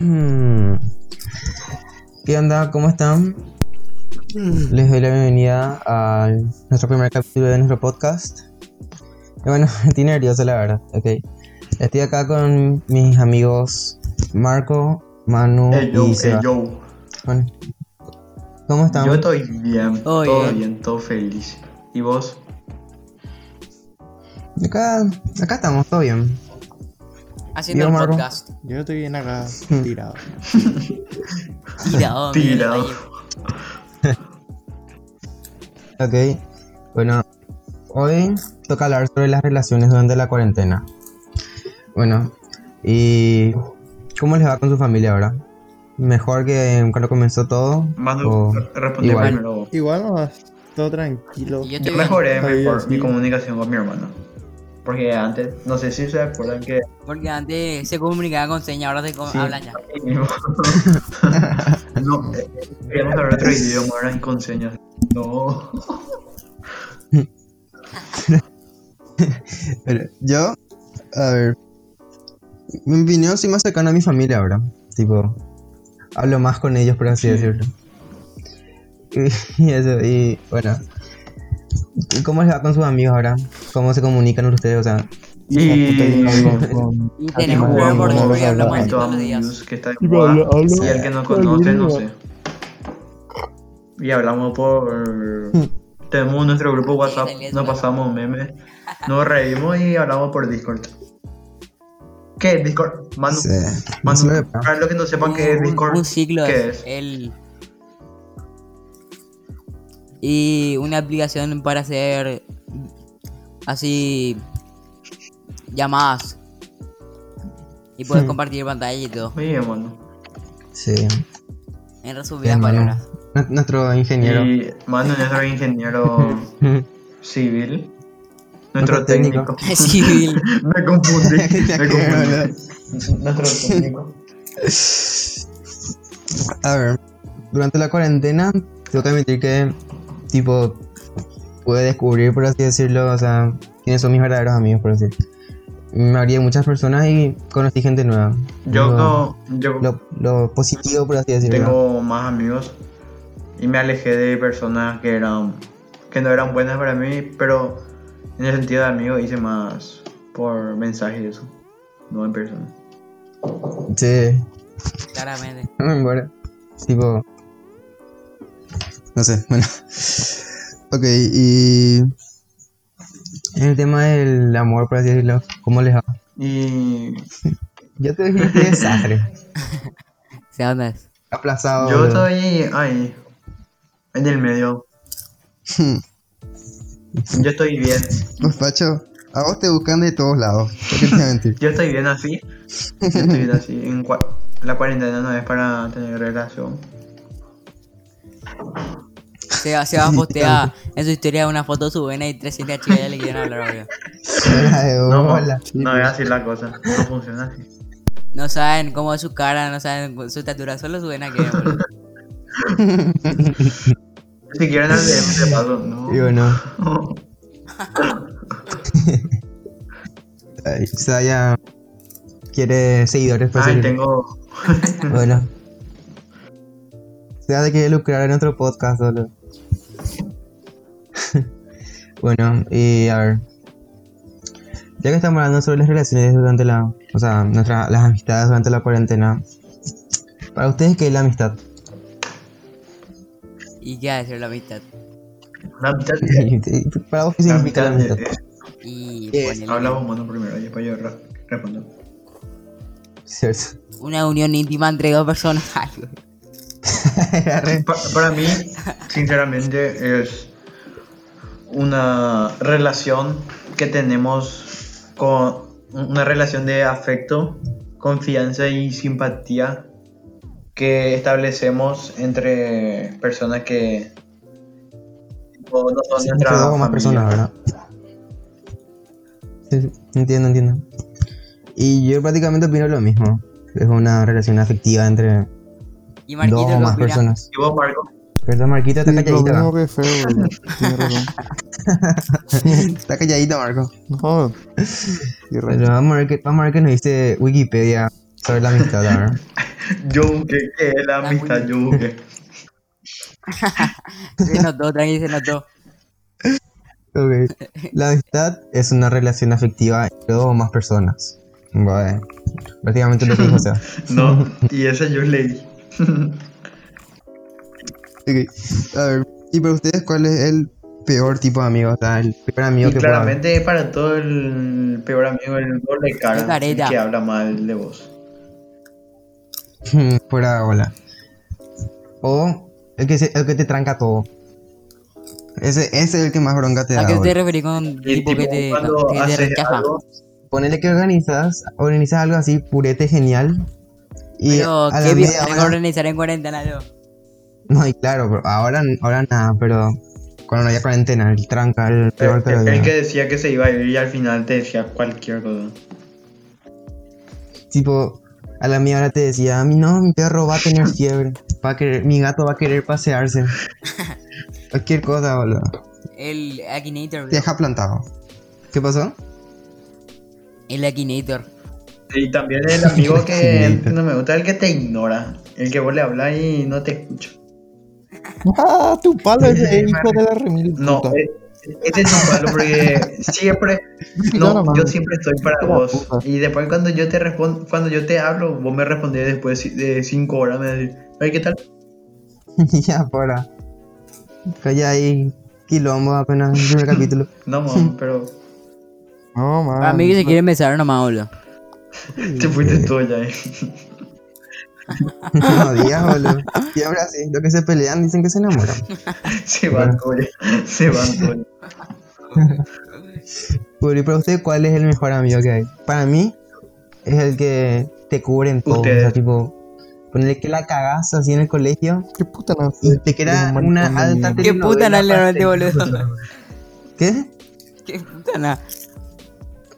Mm. ¿Qué onda? ¿Cómo están? Les doy la bienvenida a nuestro primer capítulo de nuestro podcast. Y bueno, estoy nervioso, la verdad. Ok. Estoy acá con mis amigos Marco, Manu Ey, yo, y ey, Seba. yo. Bueno, ¿Cómo están? Yo estoy bien, Todo todo bien. bien, todo feliz. ¿Y vos? Acá, acá estamos, todo bien. Haciendo Digo, el Marco. podcast. Yo estoy bien acá tirado. Tirado, mira, Tirado. ahí. Ok. Bueno, hoy toca hablar sobre las relaciones durante la cuarentena. Bueno, ¿y cómo les va con su familia ahora? ¿Mejor que cuando comenzó todo? Manu, o- responde Oh, igual. primero. Igual nomás, todo tranquilo. Y yo Yo estoy bien, mejoré Está bien, mejor mi sí. comunicación con mi hermano. Porque antes, no sé si se acuerdan que. porque antes se comunicaba con señas, ahora se co- Sí. hablan ya. no, eh, queríamos hablar otro idioma, ahora y con señas. No. Pero yo, a ver, mi opinión soy más cercana a mi familia ahora. Tipo, hablo más con ellos, por así Sí. decirlo. Y, y eso, y bueno. ¿Y ¿Cómo les va con sus amigos ahora? ¿Cómo se comunican ustedes? O sea, Y. Y Aquí tenemos un jugamos, programa por vamos a Discord y hablamos hablar. así todos los días. amigos que está de Y moda, hablo- hablo- Y el que no conoce, no sé. Y hablamos por. Tenemos nuestro grupo WhatsApp, nos pasamos memes, nos reímos y hablamos por Discord. ¿Qué es Discord? Manu, sí, Manu, eso me pasa. para los que no sepan qué es Un- Discord, Un eh. ciclo ¿qué es es? el. Y una aplicación para hacer. Así. Llamadas. Y puedes compartir pantalla y todo. Muy bien, Manu. sí. En Bien, resumidas Manu. palabras. Nu- Nuestro ingeniero. Y Manu es nuestro ingeniero civil, nuestro Nuestro técnico. técnico. Civil. Me confundí, Ya me que, boludo. confundí. Nuestro técnico. A ver, durante la cuarentena, tengo que admitir que, tipo, pude descubrir, por así decirlo, o sea, quiénes son mis verdaderos amigos, por así Me abrí a muchas personas y conocí gente nueva. Yo, lo, no, yo lo, lo positivo, por así decirlo. tengo más amigos y me alejé de personas que eran que no eran buenas para mí, pero en el sentido de amigos hice más por mensaje y eso, no en persona. Sí, Claramente. bueno, tipo. No sé, bueno. Ok, y. El tema del amor, por así decirlo, ¿cómo les va? Y Yo te dije que desastre. ¿Se dónde es? Aplazado. yo boludo. estoy ahí, en el medio. Hmm. Yo estoy bien, Pues Pacho, a vos te buscan de todos lados. ¿Por qué te voy a mentir? yo estoy bien así. Yo estoy bien así. En cua- la cuarentena no es para tener relación. Se, se va a postear en su historia una foto de su vena y 300 chicas ya le quieren hablar, obvio. Hola, de No, pues. bola. no es así la cosa, no funciona así. No saben cómo es su cara, no saben cu- su estatura, solo su vena que es, boludo. Si quieren al DM te paso, no. Y bueno. Ay, Saya quiere seguidores para Ay, seguir. tengo. Bueno. Saya se quiere lucrar en otro podcast solo. bueno, y a ver. Ya que estamos hablando sobre las relaciones durante la. O sea, nuestra- las amistades durante la cuarentena. Para ustedes, ¿qué es la amistad? Y qué va a decir la amistad. La mitad ¿Para vos qué significa la amistad? Y ¿Qué es? ponele Habla vos, mano, primero, y después yo re- respondo. eh, Cierto. una unión íntima entre dos personas. Ay, güey. Era re- Pa- para mí, sinceramente, es una relación que tenemos con. Una relación de afecto, confianza y simpatía que establecemos entre personas que. tipo, no son Entre nuestra dos o más familia. personas, ¿verdad? Sí, sí, entiendo, entiendo. Y yo prácticamente opino lo mismo. Es una relación afectiva entre Y dos Marquito o lo más opina. personas. ¿Y vos, Marco? Perdón, Marquito, está Sí, lo calladito. mismo ¿no? que feo, boludo. Tiene razón. Está calladito, Marco. No. Y re- Pero vamos a ver qué, vamos a ver qué nos dice Wikipedia Sobre la amistad, la verdad. Yo busqué que es la amistad, yo busqué. Se notó, tranqui, se notó. Ok. La amistad es una relación afectiva entre dos o más personas. Vale. Prácticamente lo mismo, o sea. No, y esa yo leí. Ok, A ver, ¿Y para ustedes cuál es el peor tipo de amigo? O sea, el peor amigo Y que pueda haber. claramente es para todo el peor amigo el doble Qué cara el careta. que habla mal de vos. Fuera hola. O el que, se- el que te tranca todo. ese, ese es el que más bronca te da. ¿A qué te boludo. referís con Y tipo que te, cuando que te haces rechaza? algo, Ponele que organizas, organizas algo así, purete genial. Y Pero, a la ¿qué bien media mejor hora- organizar en cuarentena, yo? No, y claro, pero ahora, ahora nada, pero cuando no haya cuarentena, el tranca, el peor Eh, el, todavía. el que decía que se iba a ir y al final te decía cualquier cosa. Tipo, a la mía ahora te decía, a mí no, mi perro va a tener fiebre, va a querer, mi gato va a querer pasearse. Cualquier cosa, boludo. El Akinator, Te bro. deja plantado. ¿Qué pasó? El Akinator. Y también el amigo que no me gusta, el que te ignora, el que vos le hablas y no te escucha. ¡Ah, tu palo es de hijo de la remil! No, puta. e- ese es un malo porque siempre, No, no, no, yo mames. siempre estoy para Hijo de vos. puta. Y después cuando yo te respondo, cuando yo te hablo, vos me respondés después ci- de cinco horas, me decís, "Ey, ¿qué tal? ya, para. Calla ahí, quilombo apenas el primer capítulo. No, mamá, pero No, man. Ah, Para mí que se quiere besar nomás, boludo. te fuiste todo ya. eh. No digas, boludo. Y ahora sí, los que se pelean dicen que se enamoran. Se van todo ya, se van todo ya. Bueno, y para usted, ¿cuál es el mejor amigo que hay? Para mí, es el que te cubre en todo. Ustedes. O sea, tipo, ponerle que la cagas así en el colegio ¿Qué puta no y te queda una alta Qué puta telenovela na, realmente, aparte. boludo. ¿Qué? Qué puta na.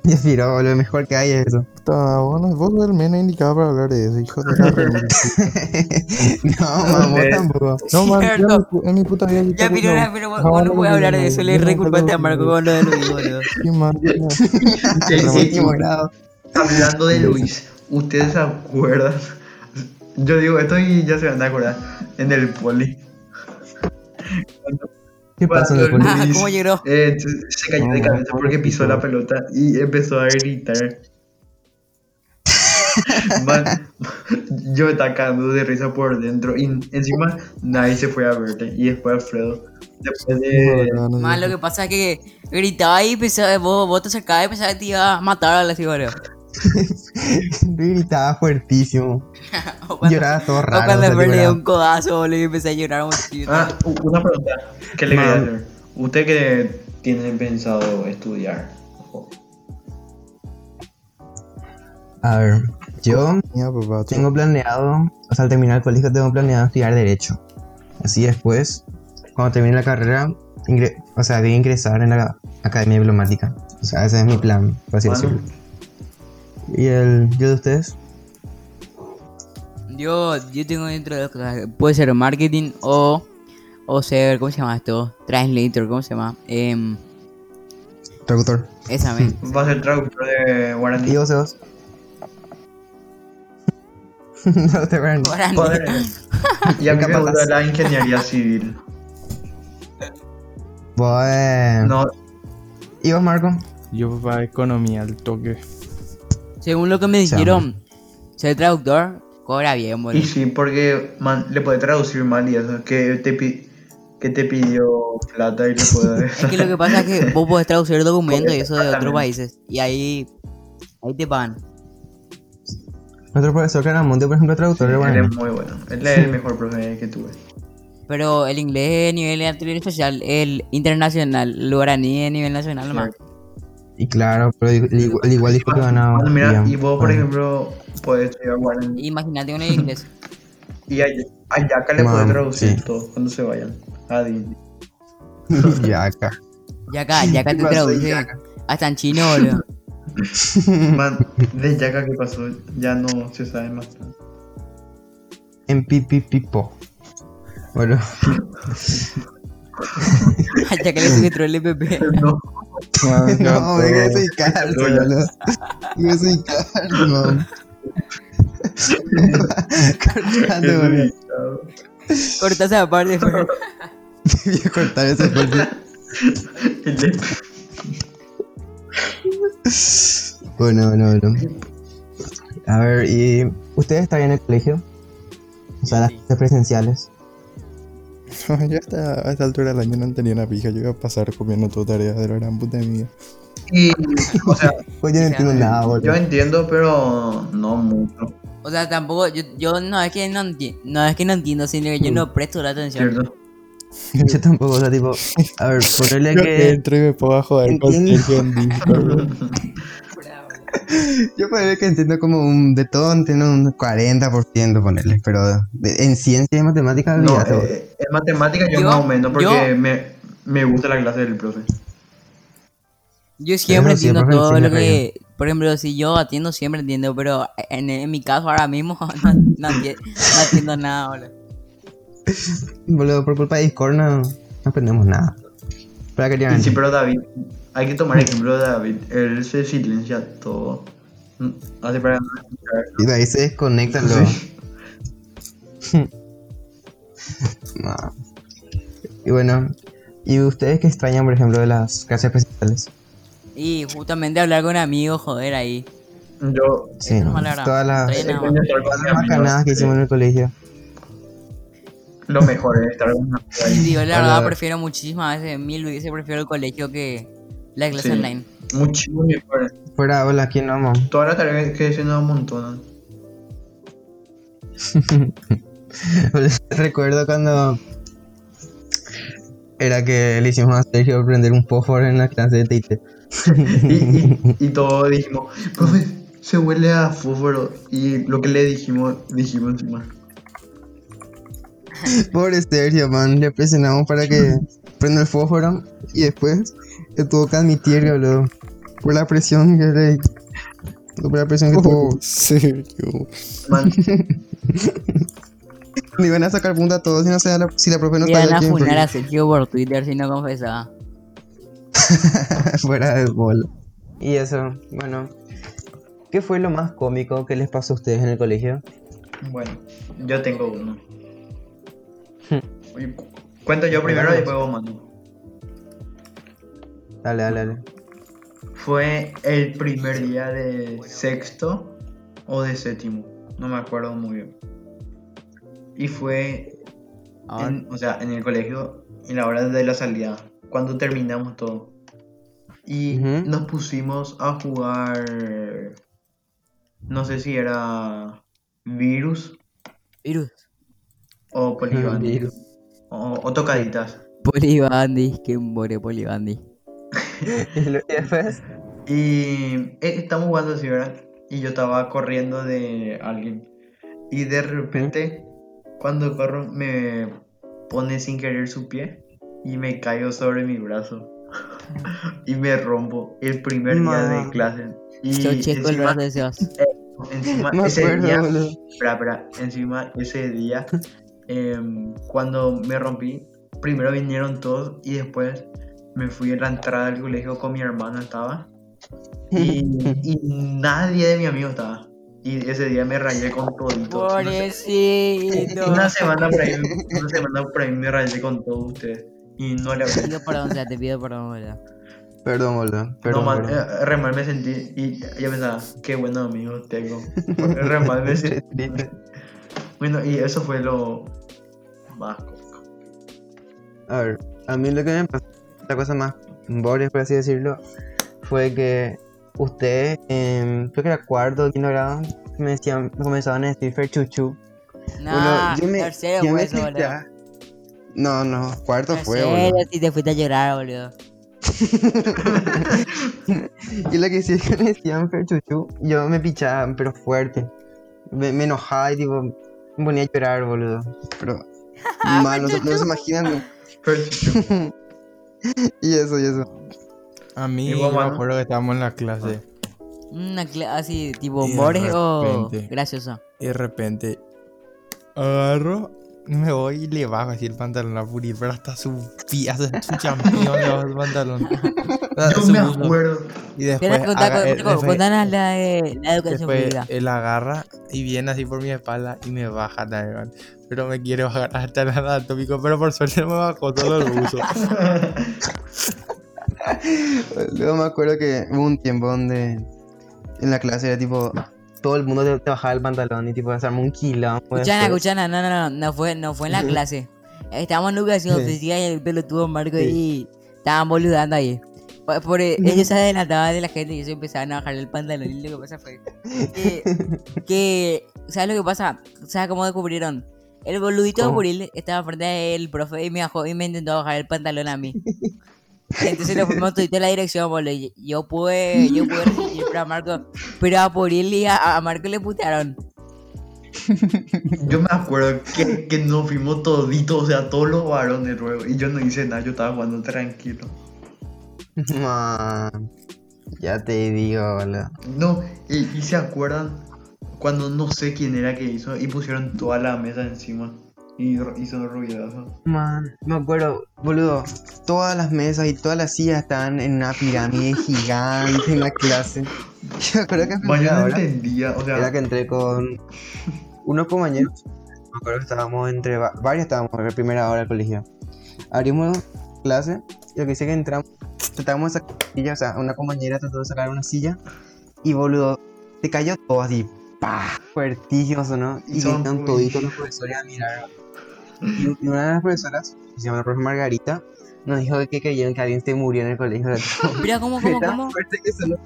Ya firo, lo mejor que hay es eso. Vos, no- vos sos el menos indicado para hablar de eso, hijo de la remil. no, Ah, mamá, Ustedes. tampoco. No, man, yo Cierto. en mi- en mi puta vida. yo Ya, creo que pero, no. pero vos, No, vos no no puedes me hablar de digas, eso, yo le no reculpaste hablo a Marco de con lo de Luis, boludo. Sí, man, yo no. Sí, no, sí, Séptimo grado. Hablando de Luis, ¿ustedes se acuerdan? Yo digo esto y ya se van a acordar. En el poli. ¿Qué pasa en el colegio? Ah, ¿cómo lloró? eh, se cayó Ah, de cabeza porque pisó la pelota y empezó a gritar. Man, yo me estaba cagando de risa por dentro y encima nadie se fue a verle. Y después Alfredo, después de. no, no, no. Más lo que pasa es que gritaba y pensaba, vos, vos te acercabas y pensabas que te ibas a matar a la cigarra. Yo gritaba fuertísimo. O cuando- Lloraba todo o raro. cuando o sea, me tipo, le era- dio un codazo, boludo, y empecé a llorar muchísimo. Ah, u- una pregunta que le quería Man. hacer. ¿Usted que tiene pensado estudiar? A ver, yo Ya, papá, tú- tengo planeado, o sea, al terminar el colegio tengo planeado estudiar Derecho. Así después, cuando termine la carrera, ingre- o sea, voy a ingresar en la Academia Diplomática. O sea, ese es mi plan, por así Manu. decirlo. ¿Y el, y el de ustedes? Yo, yo tengo dentro de dos cosas. Puede ser marketing o, o ser, ¿cómo se llama esto? Translator, ¿cómo se llama? Em, Traductor. esa men. Va a ser traductor de ¿Y guaraní. vos, Sebas? no te vean. Guaraní. Joder. Y a mí me Capaz. gusta la ingeniería civil. Bueno. No, ¿Y vos, Marco? Yo, papá, economía al toque. Según lo que me Se dijeron, ser traductor cobra bien, y boludo. sí, porque man, le puede traducir mal y eso. Que te, pi- que te pidió plata y le puede. Es que lo que pasa es que vos podés traducir documentos y eso de otros Exactamente. países. Y ahí, ahí te pagan. Nuestro profesor Caramonte, por ejemplo, traductor de Él guaraní. es muy bueno. Él es el mejor profe que tuve. Pero el inglés es a nivel anterior social, el internacional, el guaraní es a nivel nacional nomás. Y claro, pero ig- el igual, el igual dijo que ganaba. Bueno, Ah, mira, bien. y vos, por Bueno. ejemplo, podés estudiar guaraní. Imagínate con el inglés. Y a a Yaka le Man, puede traducir sí. todo cuando se vayan. A Disney. ya acá. Ya acá, ya acá te traduce. Hasta en chino, boludo. Man, de Yaka que pasó, ya no se sabe más. En pipi pipo. Bueno, Ya que le secuestró el EPP. No, no, yo soy calcio, boludo. Yo soy calcio, Cortando, boludo. Corta esa parte. pues. Fer. Voy a cortar esa parte. El de- Bueno, bueno, bueno. A ver, ¿y ustedes están en el colegio? O sea, las Sí. clases presenciales. Yo hasta, a esta altura del año no tenía una pija. Yo iba a pasar comiendo tu tarea de la gran puta de mía. Y, o sea, Pues yo no Sí, entiendo a ver, nada, yo boludo. entiendo, pero no mucho, O sea, tampoco. Yo, yo no es que no entiendo. No es que no entiendo, sino que yo no presto la atención. ¿cierto? Yo tampoco, o sea, tipo, a ver, ponerle Yo que. entro y me puedo joder con Entiendo. Sergio en Discord, bro. Yo ponerle que entiendo como un. De todo entiendo un 40%, ponerle. Pero de- en ciencia y matemática, No, olvídate, boludo. eh, en matemáticas yo, Yo- más o menos, porque yo- me, me gusta la clase del profe. Yo siempre Eso sí, entiendo profe, todo enseña lo que. Por ejemplo, si yo atiendo, siempre entiendo, pero en, en mi caso ahora mismo no, no, entie- no entiendo nada, boludo. Boludo, por culpa de Discord no, no aprendemos nada. Para que digan, Sí, pero David, hay que tomar ejemplo de David. Él se silencia todo. Mm, Hace para no escuchar. Y de ahí se desconectan los. no. Y bueno, ¿y ustedes qué extrañan, por ejemplo, de las clases presenciales? Y justamente hablar con amigos, joder, ahí. Yo Sí, Eso ¿no? es mala hora. todas las Extraño nada más. extraño estar con todas mis las macanadas amigos. eh, que hicimos en el colegio. Lo mejor es estar con una Sí, yo la Hola. verdad prefiero muchísimas veces, mil veces prefiero el colegio que la clase Sí. online. Muchísimo mejor. Fuera, hola, ¿quién no amo? Todas las tareas que se nos amontonan. Recuerdo cuando era que le hicimos a Sergio prender un fósforo en la clase de Tite. Y, y, y todos dijimos, profe, se huele a fósforo. Y lo que le dijimos, dijimos encima. Pobre Sergio, man, le presionamos para que prenda el fósforo y después le tuvo que admitir, boludo, por la presión que le... Por la presión que tuvo, Sergio. Man, le iban a sacar punta a todos si, no se da la- si la profe no Me van sabía a quién funar a Sergio por Twitter si no confesaba. fue. fuera de bola. Y eso, bueno. ¿Qué fue lo más cómico que les pasó a ustedes en el colegio? bueno, yo tengo uno. Y cu- Cuento yo primero y después vos, Manu. Dale, dale, dale. Fue el primer día de sexto o de séptimo, no me acuerdo muy bien. Y fue, Ah. en- o sea, en el colegio, en la hora de la salida, cuando terminamos todo. Y Ujú. nos pusimos a jugar, no sé si era virus Virus. o polibandi, Virus. o, o tocaditas. Polibandi, que more Polibandi. Y lo- y después, Y eh, estamos jugando así, ¿verdad? Y yo estaba corriendo de alguien. Y de repente, cuando corro, me pone sin querer su pie y me caigo sobre mi brazo. y me rompo el primer día de Ma. clase. Y Yo checo el encima, brazo de Sebas. encima me Ah, ese acuerdo, día, boludo. espera, espera, encima ese día, em, cuando me rompí, primero vinieron todos y después me fui a la entrada del colegio con mi hermano estaba. Y, y nadie de mi amigo estaba. Y ese día me rayé con todo. Pobrecito. Una semana por ahí, una semana por ahí me rayé con todos ustedes. Y no le Te hablé. pido perdón, o sea, te pido perdón, ¿verdad? Perdón, boludo. No, Perdón, man, perdón. eh, re mal me sentí y yo pensaba, qué buenos amigos tengo. Porque Re mal me sentí. Bueno, y eso fue lo más cómico. A ver, a mí lo que me pasó, la cosa más boring, por así decirlo, fue que ustedes, em, creo que era cuarto o quinto grado, me decían, me comenzaban a decir Fer Chuchu. No, yo me- tercero yo me fue eso, boludo. sentía- No, no, cuarto fue, Tercero, boludo. si te fuiste a llorar, boludo. Y lo que sí es que me decían Fer Chuchu, yo me pichaba, pero fuerte. Me, me enojaba y tipo, me ponía a llorar, boludo. Pero. Man, no, se- no se imaginan. Pero, chuchu, Y eso, y eso. A mí Y vos, yo me mano. acuerdo que estábamos en la clase Una cla- así, tipo, Y de Borges oh, o repente. graciosa. y de repente agarro, me voy y le bajo así el pantalón a Puri, pero hasta su pi- hasta su champiñón le bajo el pantalón. Yo me acuerdo. Y Quiero después, contar haga- eh, con- él- con- después- contanos la de la educación después pública. él agarra y viene así por mi espalda y me baja también. man. Pero me quiere bajar hasta el anatómico, pero por suerte no me bajó todo el uso. Luego Pues, me acuerdo que hubo un tiempo donde en la clase era tipo. Todo el mundo te, te bajaba el pantalón y tipo, se armó un kilo. Escuchana, escuchana, no, no, no, no fue, no fue en la clase. Estábamos en educación física y el pelotudo Marco y estaban boludando ahí. Por, por- eh, ellos se adelantaban de la gente y ellos empezaban a bajarle el pantalón y lo que pasa fue que, que- ¿sabes lo que pasa? ¿Sabes cómo descubrieron? El boludito de ¿Cómo? Buril estaba frente del profe y me bajó y me intentó bajar el pantalón a mí. Y Entonces nos fuimos todito en la dirección, boludo. y Yo pude, yo pude resistir, pero a Marco, pero a Buril y a, a Marco le putearon. Yo me acuerdo que, que nos fuimos toditos, o sea, todos los varones luego. Y yo no hice nada, yo estaba jugando tranquilo. Man, ya te digo, boludo. No, y, y se acuerdan cuando no sé quién era que hizo y pusieron toda la mesa encima. Y ro- hizo ruidazo. Man, me acuerdo. Boludo, todas las mesas y todas las sillas estaban en una pirámide gigante en la clase. Yo creo que Bueno, yo no ahora? entendía, o Era sea, que entré con unos compañeros. Me acuerdo que estábamos entre va- varios, estábamos en la primera hora del colegio. Abrimos clase y lo que hice que entramos, tratamos de sacar silla, o sea, una compañera trató de sacar una silla y boludo, se cayó todo así, pa, fuertísimo sonó y Y son vinieron muy- toditos los profesores a mirar. Y y una de las profesoras, que se llama la profesora Margarita, nos dijo que creyeron que alguien se murió en el colegio. O sea, Mira cómo, fue cómo, tan cómo. fuerte que sonó.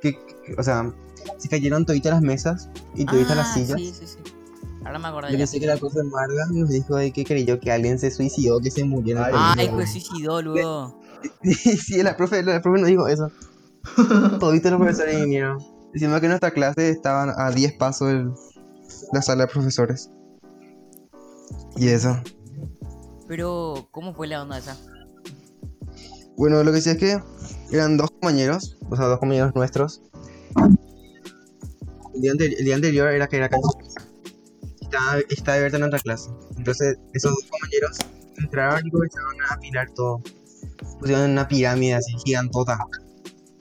Que- que- o sea, se cayeron toditas las mesas y toditas las Ah, sillas. Sí, sí, sí. Ahora me Yo acordé ya. pensé que la profe Marga nos dijo de que creyó que alguien se suicidó, que se murió en el Ay, colegio. pues suicidó, luego. sí, la profe, la profe nos dijo eso. Toditos los profesores vinieron. Encima que nuestra clase estaban a 10 pasos de la sala de profesores. Y eso. Pero, ¿cómo fue la onda esa? Bueno, lo que sí es que eran dos compañeros. O sea, dos compañeros nuestros. El día, anteri- el día anterior era que era acá. Estaba, estaba abierta nuestra clase. Entonces, esos dos compañeros entraron y comenzaron a apilar todo. Pusieron una pirámide así gigantota.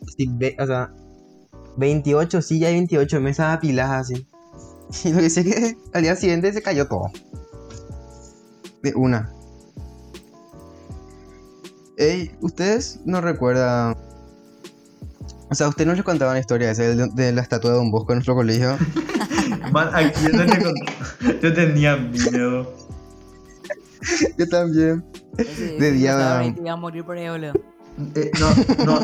Así, ve- o sea, 28 sillas y 28 mesas apiladas así. Y lo que sí es que al día siguiente se cayó todo. De una. Ey, ¿ustedes no recuerdan? O sea, ¿ustedes no les contaban la historia esa del- de la estatua de Don Bosco en nuestro colegio? man, aquí yo, no te cont- yo tenía miedo. Yo también. Ese- De ese día, estaba da- ahí, te iba a morir por ahí, boludo. Eh, no, no.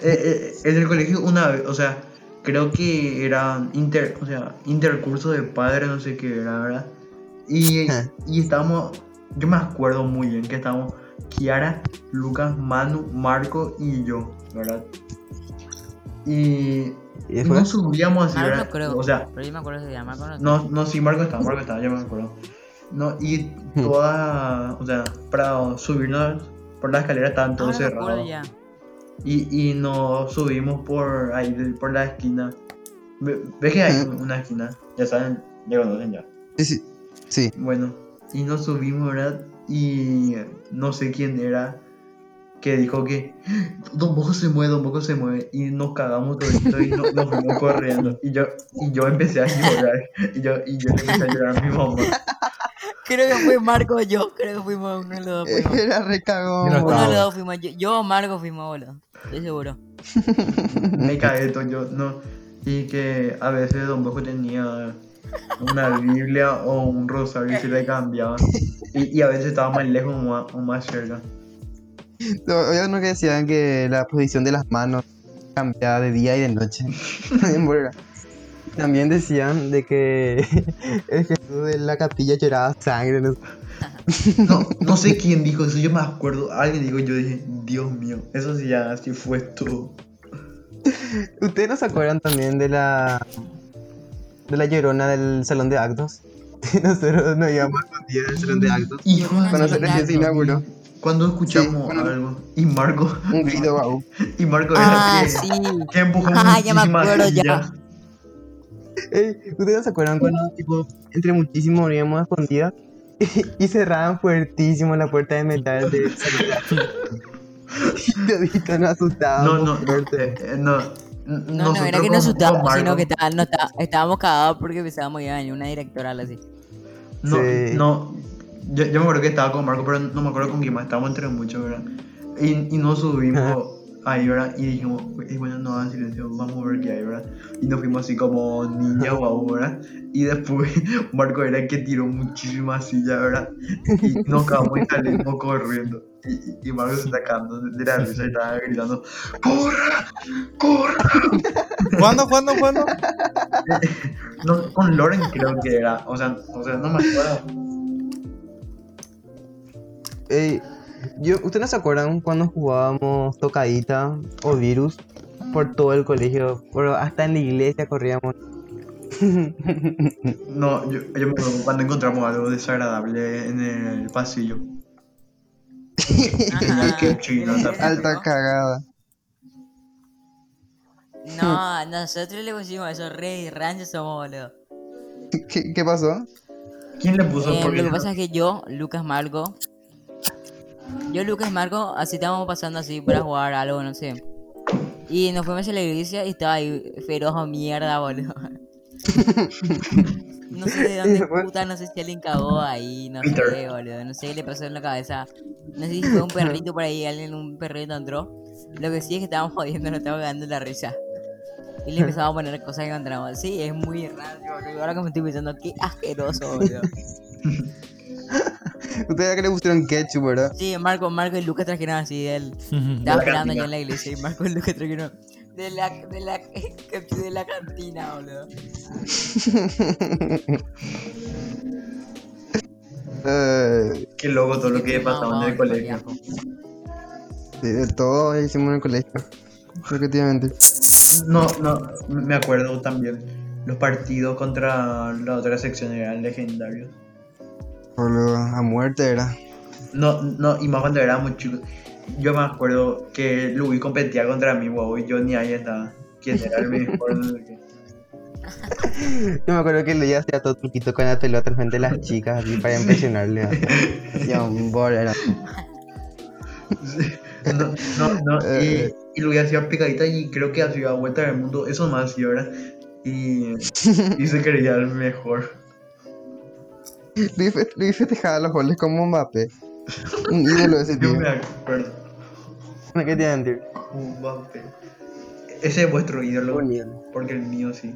Eh, eh, en el colegio una vez, o sea, creo que era inter, o sea, intercurso de padres, no sé qué era, ¿verdad? Y, y estábamos, yo me acuerdo muy bien que estábamos Kiara, Lucas, Manu, Marco y yo, ¿verdad? Y Y no después, subíamos así, Marco no ¿verdad? creo. O sea, Pero yo me acuerdo ese día, Marco no. no, no, sí, Marco estaba, Marco estaba, ya me acuerdo. No, y toda, o sea, para subirnos por la escalera estaban todos Ahora Ah, me acuerdo cerrados. ya. Y, y nos subimos por ahí, de- por la esquina. Ve- ¿Ves que hay una esquina? Ya saben, ya conocen ya. Sí, sí. Sí. Bueno, y nos subimos, ¿verdad? Y no sé quién era que dijo que Don Bosco se mueve, Don Bosco se mueve. Y nos cagamos todito y no- nos fuimos corriendo. Y yo, y yo empecé a llorar. Y yo, y yo le empecé a llorar a mi mamá. Creo que fue Marco o yo. Creo que fuimos uno de los dos. Fuimos. Era recagón. Mira, Uno de los Bravo. dos fuimos. Yo, yo o Marco fuimos, boludo. Estoy seguro. Me cagué todo yo, no. Y que a veces Don Bosco tenía una Biblia o un rosario y se le cambiaba. Y, y a veces estaba más lejos o más, o más cerca. No, había uno que decían que la posición de las manos cambiaba de día y de noche. También verga. también decían de que el Jesús de la capilla lloraba sangre. no sé. No, no sé quién dijo eso, yo me acuerdo. Alguien dijo, yo dije, Dios mío, eso sí ya así fue todo. ¿Ustedes no se acuerdan también de la de la llorona del salón de actos? Nosotros nos íbamos escondidos del salón de actos. Hijo de Cuando se la- recién se inauguró, Cuando escuchamos Sí, cuando- algo, y Marco, un grito guau. y Marco era Ah, que, sí. que empujó Ah, ya me muchísimas acuerdo ya. sillas. Ey, ¿Ustedes no se acuerdan cuando tipo entre muchísimos nos íbamos escondidas y cerraban fuertísimo la puerta de metal de Y todito nos No, asustábamos no, fuerte. eh, eh, no. No, no, nosotros era que nos con- con asustábamos, Marco- sino que está- no está- estábamos cagados porque pensábamos que iba a venir una directora algo así. No, Sí. no. Yo, yo me acuerdo que estaba con Marco, pero no me acuerdo con quién más. Estábamos entre muchos, ¿verdad? Y, y nos subimos ahí, ¿verdad? Y dijimos, "Eh, bueno, no hagan silencio, vamos a ver qué hay, ¿verdad? Y nos fuimos así como niña guau, ¿verdad? Y después Marco era el que tiró muchísimas sillas, ¿verdad? Y nos cagamos y salimos corriendo. Y, y- y Marco se está cagando de la risa y estaba gritando, ¡Corra! ¡Corra! ¿Cuándo, cuándo, cuándo? No, con Loren creo que era. O sea, o sea, no me acuerdo. Ey, yo, ¿Ustedes no se acuerdan cuando jugábamos tocadita o virus por todo el colegio? Por- hasta en la iglesia corríamos. No, yo, yo me acuerdo cuando encontramos algo desagradable en el pasillo. Ajá. Qué chino, está- Alta cagada. No, nosotros le pusimos eso, rey, rancho somos, boludo. ¿Qué, qué pasó? ¿Quién le puso Eh, por lo que pasa es que yo, Lucas Marco, yo, Lucas Marco, así estábamos pasando así para jugar algo, no sé. Y nos fuimos a la iglesia y estaba ahí feroz a mierda, boludo. No sé de dónde puta, no sé si alguien cagó ahí, no Peter. sé, boludo. No sé qué le pasó en la cabeza. No sé si fue un perrito por ahí, alguien, un perrito entró. Lo que sí es que estábamos jodiendo, nos estábamos cagando la risa. Y le empezaba a poner cosas que encontramos. Sí, es muy raro, boludo. Ahora que me estoy pensando, qué asqueroso, boludo. Ustedes ya que le pusieron ketchup, ¿verdad? Sí, Marco, Marco y Lucas trajeron así él. Estaba esperando allá en la iglesia y Marco y Lucas trajeron de la de la de la cantina, boludo. Eh, Qué loco todo lo que No, pasaba en el no, colegio. viejo. sí, de todo hicimos en el colegio. Creo que te iba a mentir. No, no, me acuerdo también. Los partidos contra la otra sección eran legendarios. Boludo, a muerte era. No, no, y más cuando éramos chicos. Yo me acuerdo que Luis competía contra mí, guau, y yo ni ahí estaba. ¿Quién era el mejor? No sé qué. Yo me acuerdo que le hacía todo truquito con la pelota frente de las chicas así para impresionarle. John Ball era. No, no, no. Y, y lo hubiera sido picadita y creo que hacía vuelta del mundo. Eso más, y ahora. Y, y se creía el mejor. Luis fe- Luis festejaba los goles como Mbappé. Un ídolo de ese Yo tío. me acuerdo. ¿No qué te iba a mentir? Un Mbappé. Ese es vuestro ídolo. Un ídolo. Porque el mío sí.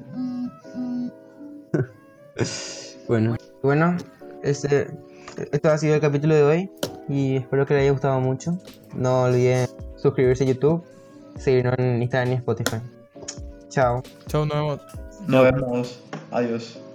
Bueno, bueno, este, esto ha sido el capítulo de hoy y espero que les haya gustado mucho. No olviden suscribirse a YouTube, seguirnos en Instagram y Spotify. Chao. Chau, nos vemos. Nos vemos. Adiós.